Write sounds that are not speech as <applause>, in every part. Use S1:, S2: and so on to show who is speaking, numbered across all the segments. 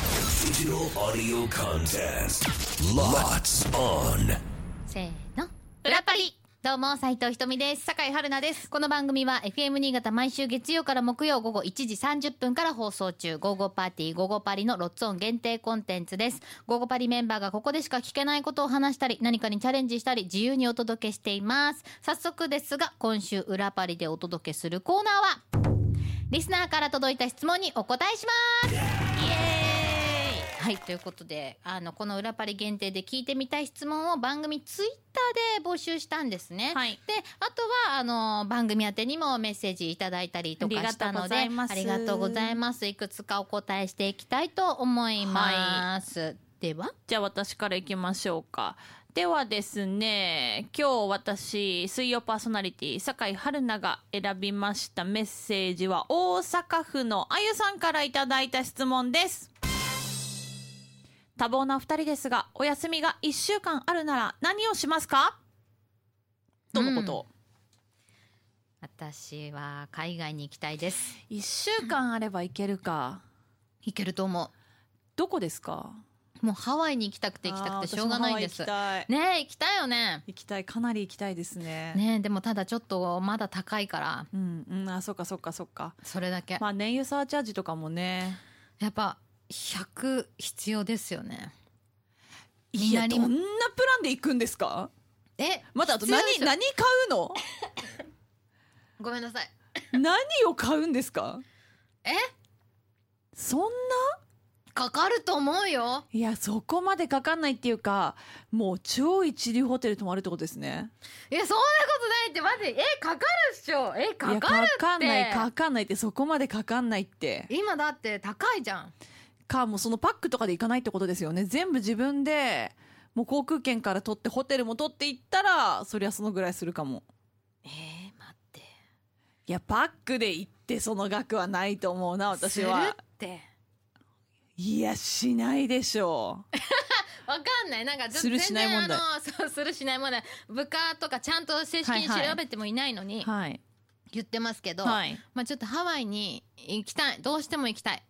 S1: Digital audio contest. Lots on.
S2: せーの。ブラッパリどうも、斉藤ひとみです。坂井春菜です。この番組は FM 新潟毎週月曜から木曜午後1時30分から放送中、午後パーティー、午後パリのロッツオン限定コンテンツです。午後パリメンバーがここでしか聞けないことを話したり、何かにチャレンジしたり、自由にお届けしています。早速ですが、今週裏パリでお届けするコーナーは、リスナーから届いた質問にお答えしますイエーイはい、ということで、あの、この裏パリ限定で聞いてみたい質問を番組ツイッターで募集したんですね。
S3: はい
S2: で、あとは、あの、番組宛てにもメッセージいただいたりとかしたので、
S3: ありがとうございます
S2: ありがとうございます。いくつかお答えしていきたいと思います。では、
S3: じゃあ私から行きましょうか。ではですね、今日私、水曜パーソナリティ、酒井春菜が選びましたメッセージは、大阪府のあゆさんからいただいた質問です。多忙なお二人ですが、お休みが1週間あるなら何をしますかとのこと。
S2: 私は海外に行きたいです。
S3: 1週間あれば行けるか。
S2: 行けると思
S3: どこですか
S2: う。もうハワイに行きたくて行きたくてしょうがないんです。
S3: あー私もハワ
S2: ね
S3: イ行きたい。
S2: え、行きたいよね。
S3: 行きたい。かなり行きたいですね。
S2: ねえ、でもただちょっとまだ高いから、
S3: うん、うん、あ、そっかそっかそっか。
S2: それだけ。
S3: <laughs> まあ、燃油サーチャージとかもね。
S2: やっぱ、100必要ですよね。
S3: いや、
S2: に
S3: ど
S2: なり
S3: んなプランで行くんですか
S2: え
S3: またあと
S2: 必要
S3: 何
S2: で、すよ
S3: 何買
S2: <laughs>
S3: うの
S2: ごめんなさい。
S3: 何を買うんですか
S2: え
S3: そんな
S2: かかると思うよ。
S3: いや、そこまでかかんないっていうか、もう超一流ホテル泊まるってことですね。
S2: え、そんなことないって、マジ。え、かかるっしょ。え、かかる
S3: いや
S2: って。
S3: かかんない、かかんないって、そこまでかかんないって。
S2: 今だって高いじゃん。
S3: か、もうそのパックとかで行かないってことですよね。全部自分で、もう航空券から取って、ホテルも取って行ったら、そりゃそのぐらいするかも。
S2: えー、待って。
S3: いや、パックで行ってその額はないと思うな、私
S2: する
S3: は。
S2: って。
S3: いや、しないでしょう。
S2: わかんない。なんか、
S3: するしない問題
S2: 全然あの <laughs> そう、するしない問題。部下とかちゃんと正式に調
S3: はいはい
S2: べてもいないのに、
S3: はい。
S2: 言ってますけど、
S3: はい。
S2: まあちょっとハワイに行きたい。どうしても行きたい。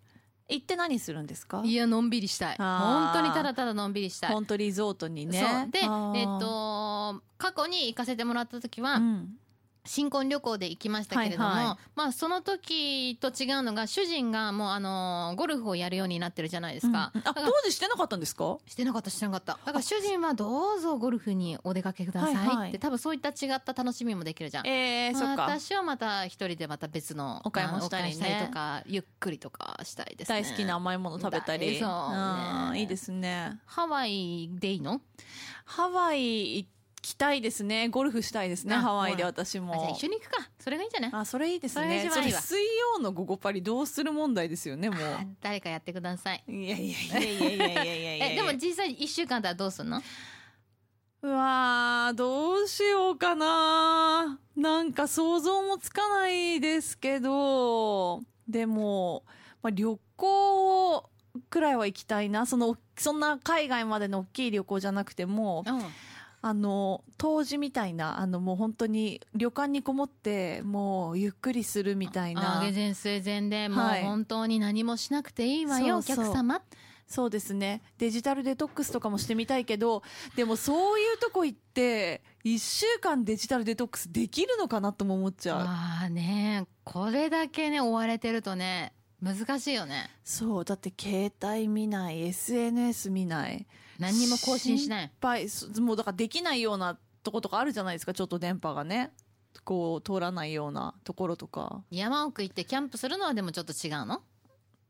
S3: 行って何するんですか
S2: いや、のんびりしたい。本
S3: あ
S2: 当
S3: ー
S2: にただただのんびりしたい。
S3: 本当リゾートにね。
S2: そう。で、えっ
S3: あー、
S2: と、過去に行かせてもらった時は、
S3: うん。
S2: 新婚旅行で行きましたけれども、
S3: はいは
S2: まあその時と違うのが、主人がもうあのーゴルフをやるようになってるじゃないですか。
S3: うん
S2: だ
S3: あ、
S2: から
S3: 当時してなかったんですか
S2: してなかった、してなかった。だから主人はどうぞゴルフにお出かけくださいって、
S3: はいはい
S2: 多分そういった違った楽しみもできるじゃん。
S3: ええ、
S2: まあ
S3: そっか。
S2: 私はまた一人でまた別の
S3: お買い物したりね
S2: お買いとか、ゆっくりとかしたいですね。
S3: 大好きな甘いもの食べたり。
S2: そうね
S3: うんいいですね。
S2: ハワイでいいの
S3: ハワイ行きたいですね。ゴルフしたいですね。
S2: あ
S3: ハワイ
S2: ほ
S3: で
S2: ら
S3: 私
S2: あじゃあ
S3: も
S2: 一。緒に行くか。それがいいんじゃない
S3: あ、それいいですね。
S2: そ
S3: そ
S2: れ一番い
S3: れ
S2: いわ
S3: 水曜の午後パリどうする問題ですよね、もう。
S2: あ誰かやってください。
S3: いやいやいやいやいやいやいやいや
S2: <laughs> え、でも実際一週間だったらどうすんの
S3: うわー、どうしようかななんか想像もつかないですけど、でも、まあ、旅行くらいは行きたいな。その、そんな海外までの大きい旅行じゃなくても、
S2: うん。
S3: あの、当時みたいな、あの、もう本当に旅館にこもって、もうゆっくりするみたい
S2: あ
S3: な
S2: げ。前生前で、もう
S3: はい
S2: 本当に何もしなくていいわよ、
S3: そうそう
S2: お客様。
S3: そうですね。デジタルデトックスとかもしてみたいけど、でもそういうとこ行って、一週間デジタルデトックスできるのかなとも思っちゃう。
S2: まあね、これだけね、追われてるとね、難しいよね。
S3: そう。だって携帯見ない、SNS 見ない。
S2: 何にも更新しない
S3: っ。ぱい、そもうだからできないようなとことかあるじゃないですか。ちょっと電波がね。こう通らないようなところとか。
S2: 山奥行ってキャンプするのはでもちょっと違うの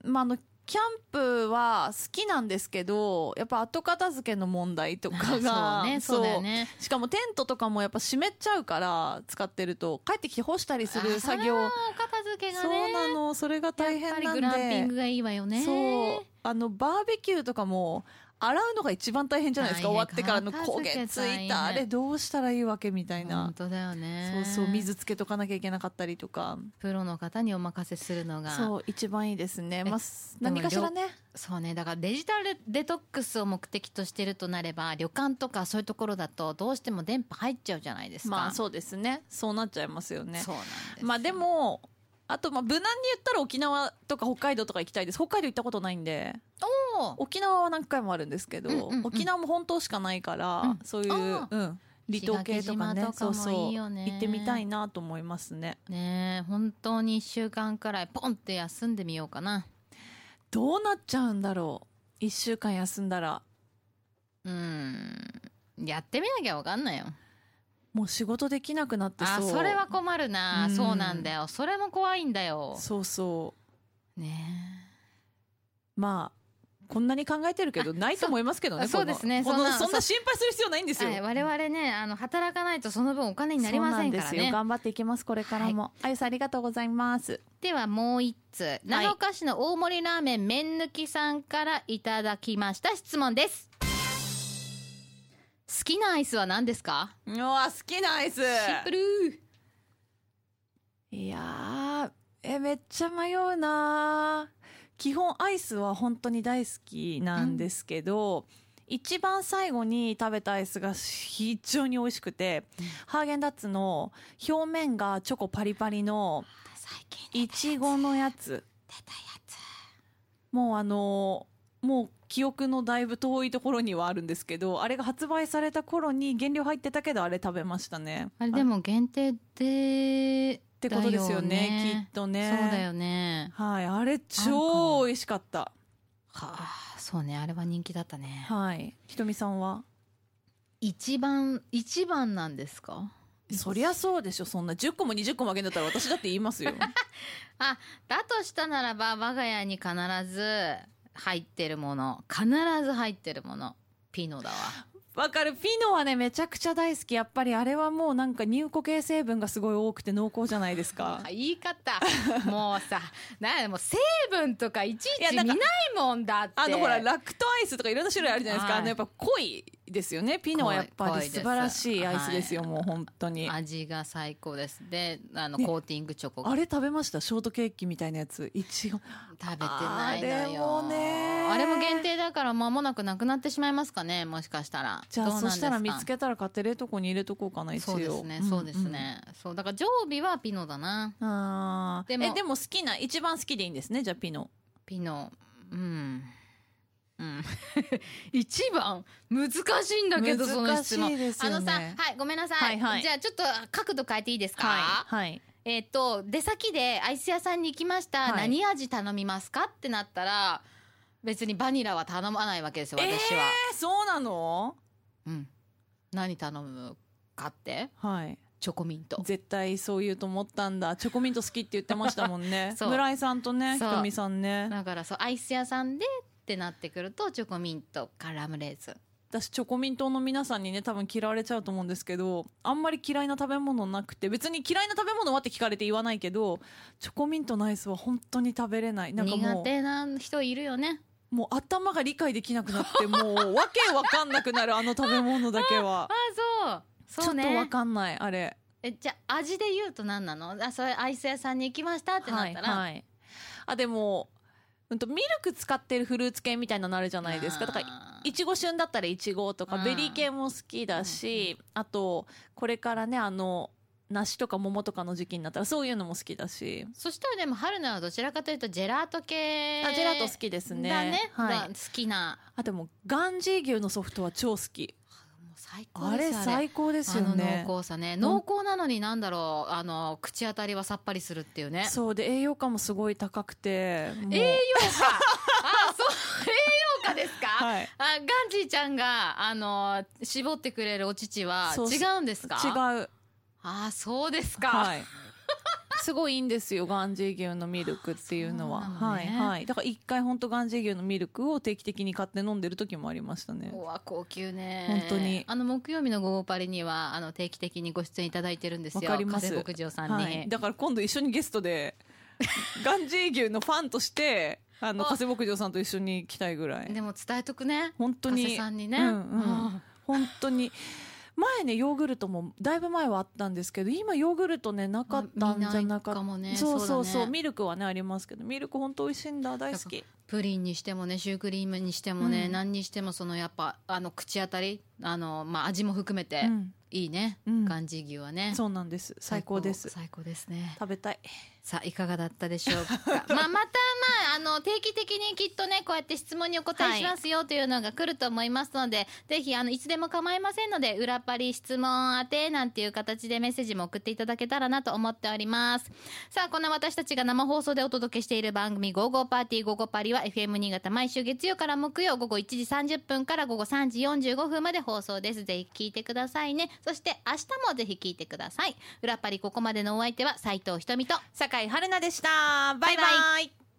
S3: まあ、あの、キャンプは好きなんですけど、やっぱ後片付けの問題とかが。
S2: <laughs> そうね、そうだよね。
S3: しかもテントとかもやっぱ湿っちゃうから使ってると帰ってきて干したりする作業
S2: あー片付けが
S3: そう
S2: ね。
S3: なのそれが大変
S2: やっ
S3: な
S2: ぱ
S3: ん
S2: り
S3: で
S2: グランピングがいいわよね。
S3: そうあのバーベキューとかも洗うのが一番大変じゃないですか
S2: 大
S3: 終
S2: 変
S3: わってからの焦げつ
S2: 片付け大
S3: い
S2: 変
S3: たあれどうしたらいいわけみたいな
S2: 本、当だよね。
S3: そうそう水つけとかなきゃいけなかったりとか
S2: プロの方にお任せするのが。
S3: そう一番いいですね、まあ、す
S2: でも
S3: 何かしらね
S2: そうね。だからデジタルデトックスを目的としてるとなれば、旅館とかそういうところだと、どうしても電波入っちゃうじゃないですか。
S3: まあそうですねそうなっちゃいますよね
S2: そうなんです。
S3: まあで、もあとまあ無難に言ったら沖縄とか北海道とか行きたいです北海道行ったことないんで
S2: おー
S3: 沖縄は何回もあるんですけど、
S2: うんうんうん
S3: 沖縄も本島しかないから、
S2: うん
S3: そういう、
S2: あ
S3: うん、離島系とかね
S2: 石垣島とかも
S3: そうそう
S2: いいよね
S3: 行ってみたいなと思いますね
S2: ねえ本当に1週間くらいポンって休んでみようかな
S3: どうなっちゃうんだろう1週間休んだら
S2: うーんやってみなきゃわかんないよ
S3: もう仕事できなくなって
S2: あ
S3: そう
S2: それは困るな、
S3: うん
S2: そうなんだよそれも怖いんだよ
S3: そうそ
S2: ね
S3: うまあこんなに考えてるけどないと思いますけどね
S2: あそう
S3: この
S2: そうですね
S3: この
S2: そんな
S3: そんな心配する必要ないんです
S2: え
S3: よ、
S2: はい我々ねあの働かないとその分お金になりませんから
S3: そうなんですよ
S2: ね
S3: 頑張っていきますこれからも、あゆさんありがとうございます
S2: ではもう一通
S3: はい
S2: 長岡市の大盛りラーメン麺抜きさんからいただきました質問です好きなアイスは何ですか
S3: うわ好きなアイス
S2: シンプル
S3: いやーえめっちゃ迷うなー基本アイスは本当に大好きなんですけど、一番最後に食べたアイスが非常に美味しくて、ハーゲンダッツの表面がチョコパリパリの
S2: 最近
S3: いちごのやつ
S2: 出たやつ
S3: もうあのーもう記憶のだいぶ遠いところにはあるんですけどあれが発売された頃に原料入ってたけどあれ食べましたね
S2: あれでも限定でっ
S3: ってことですよねきっとね
S2: そうだよね
S3: はいあれ超美味しかった
S2: はあそうねあれは人気だったね
S3: はいひとみさんは
S2: 一番一番なんですか
S3: そりゃそうでしょそんな10個も20個もあげんだったら私だって言いますよ
S2: だとしたならば我が家に必ず入ってるもの必ず入ってるものピノだわ
S3: <laughs> わかるピノはねめちゃくちゃ大好きやっぱりあれはもうなんか乳固形成分がすごい多くて濃厚じゃないですか <laughs>
S2: あ言い方 <laughs> もうさなんやもう成分とかいち
S3: い
S2: い
S3: や
S2: ち見
S3: な
S2: なん
S3: か
S2: いもんだって
S3: あのほらラクトアイスとかいろんな種類あるじゃないですか、
S2: はい
S3: あのやっぱ濃いですよねピノはやっぱ
S2: 濃い濃
S3: り
S2: いです
S3: 素晴らしいアイスですよ、
S2: はい
S3: もう本当に
S2: 味が最高ですであの
S3: ね
S2: コーティングチョコが
S3: あれ食べましたショートケーキみたいなやついちご
S2: 食べてないのよ
S3: あれもね
S2: あれも限定だから間もなくなくなってしまいますかねもしかしたら
S3: じゃあ
S2: どうなん
S3: そ
S2: ですか
S3: したら見つけたら買って冷凍庫に入れとこうかな一応
S2: そうですねそうですね、そうだから常備はピノだな
S3: うんうんあー
S2: でも
S3: えでも好きな一番好きでいいんですねじゃあピノ
S2: ピノうんうん <laughs> 一番難しいんだけどその質問
S3: 難しいです
S2: あ
S3: よね
S2: のさはいごめんなさい、
S3: はいはい
S2: じゃあちょっと角度変えていいですか、
S3: はい、はい、
S2: えっ、と出先でアイス屋さんに行きました、
S3: はい
S2: 何味頼みますかってなったら別にバニラは頼まないわけですよ私は、
S3: えー、そうなの
S2: うん何頼むかって
S3: はい
S2: チョコミント
S3: 絶対そう言うと思ったんだチョコミント好きって言ってましたもんね
S2: <laughs> そう
S3: 村井さんとねひ
S2: そう
S3: とみさんね
S2: だからそうアイス屋さんでってなってくるとチョコミントかラムレーズン
S3: 私チョコミントの皆さんにね多分嫌われちゃうと思うんですけどあんまり嫌いな食べ物なくて別に嫌いな食べ物はって聞かれて言わないけどチョコミントのアイスは本当に食べれないなんか
S2: 苦
S3: も
S2: 手な人いるよね
S3: うもう頭が理解できなくなってもうわけわかんなくなるあの食べ物だけは
S2: あ <laughs> そうそうね
S3: ちょっとわかんないあれ
S2: えじゃあ味で言うと何なのあそれアイス屋さんに行きましたってなったら、
S3: はいはい、あでも、うん、とミルク使ってるフルーツ系みたいなのあるじゃないですかだから
S2: あー
S3: いちご旬だったらいちごとか、
S2: うん
S3: ベリー系も好きだし、あとこれからねあの梨とか桃とかの時期になったらそういうのも好きだし、
S2: そしたらでも春菜はどちらかというとジェラート系
S3: あジェラート好きですね
S2: だね、
S3: はい
S2: が好きな
S3: あでもガンジー牛のソフトは超好き
S2: もう最高
S3: あ
S2: で
S3: れ
S2: すあれ
S3: 最高ですよ
S2: あ
S3: ね
S2: の濃厚さね濃厚なのになんだろうあの口当たりはさっぱりするっていうね
S3: そうで栄養価もすごい高くてもう
S2: 栄養価 <laughs> あそう栄養価ですか、
S3: はい
S2: あガンジーちゃんがあの絞ってくれるお乳は
S3: そう
S2: 違うんですか
S3: 違う
S2: あそうですか、
S3: はい。すごいいいんですよ、ガンジー牛のミルクっていうのは。
S2: あそうなの
S3: はい
S2: ね
S3: はい。だから一回本当ガンジー牛のミルクを定期的に買って飲んでる時もありましたね。
S2: うわ高級ね
S3: 本当に
S2: あの木曜日の午後パリにはあの定期的にご出演いただいてるんですよ
S3: わかります
S2: 風牧場さんに、
S3: はい。だから今度一緒にゲス
S2: <laughs>
S3: トで、ガンジー牛のファンとして、あの、
S2: あ
S3: 加瀬牧場さんと一緒に来たいぐらい
S2: で。も伝えとくね
S3: 本当に。
S2: 加瀬さんにね
S3: うんうん
S2: あ。
S3: 本当に。前ね、ヨーグルトも、だいぶ前はあったんですけど、今ヨーグルトね、なかったんじゃなか
S2: あ見ないかも
S3: っ
S2: ね
S3: た。そう
S2: そ
S3: そうう
S2: だね
S3: そう。ミルクはね、ありますけど、ミルク本当美味しいんだ、大好き。
S2: プリンにしてもねシュークリームにしてもね、
S3: うん
S2: 何にしてもそのやっぱあの口当たりあの、まあ、味も含めて、
S3: うん。
S2: いいね、
S3: うん
S2: ガンジー牛はね
S3: そうなんです。最高です。
S2: 最高ですね
S3: 食べたい。 <laughs>
S2: さあいかがだったでしょうかまあまた
S4: まあ、あの、定期的にきっとね、こうやって質問にお答えしますよというのが来ると思いますので、ぜひ、あの、いつでも構いませんので、裏パリ質問宛てなんていう形でメッセージも送っていただけたらなと思っております。さあ、こんな私たちが生放送でお届けしている番組、ゴーゴーパーティーゴーゴーパリは FM 新潟毎週月曜から木曜午後1時30分から午後3時45分まで放送です。ぜひ聞いてくださいね。そして明日もぜひ聞いてください。裏パリここまでのお相手は斉藤ひとみと、
S3: 酒井春奈でしたバイバイ
S4: バイ
S3: イ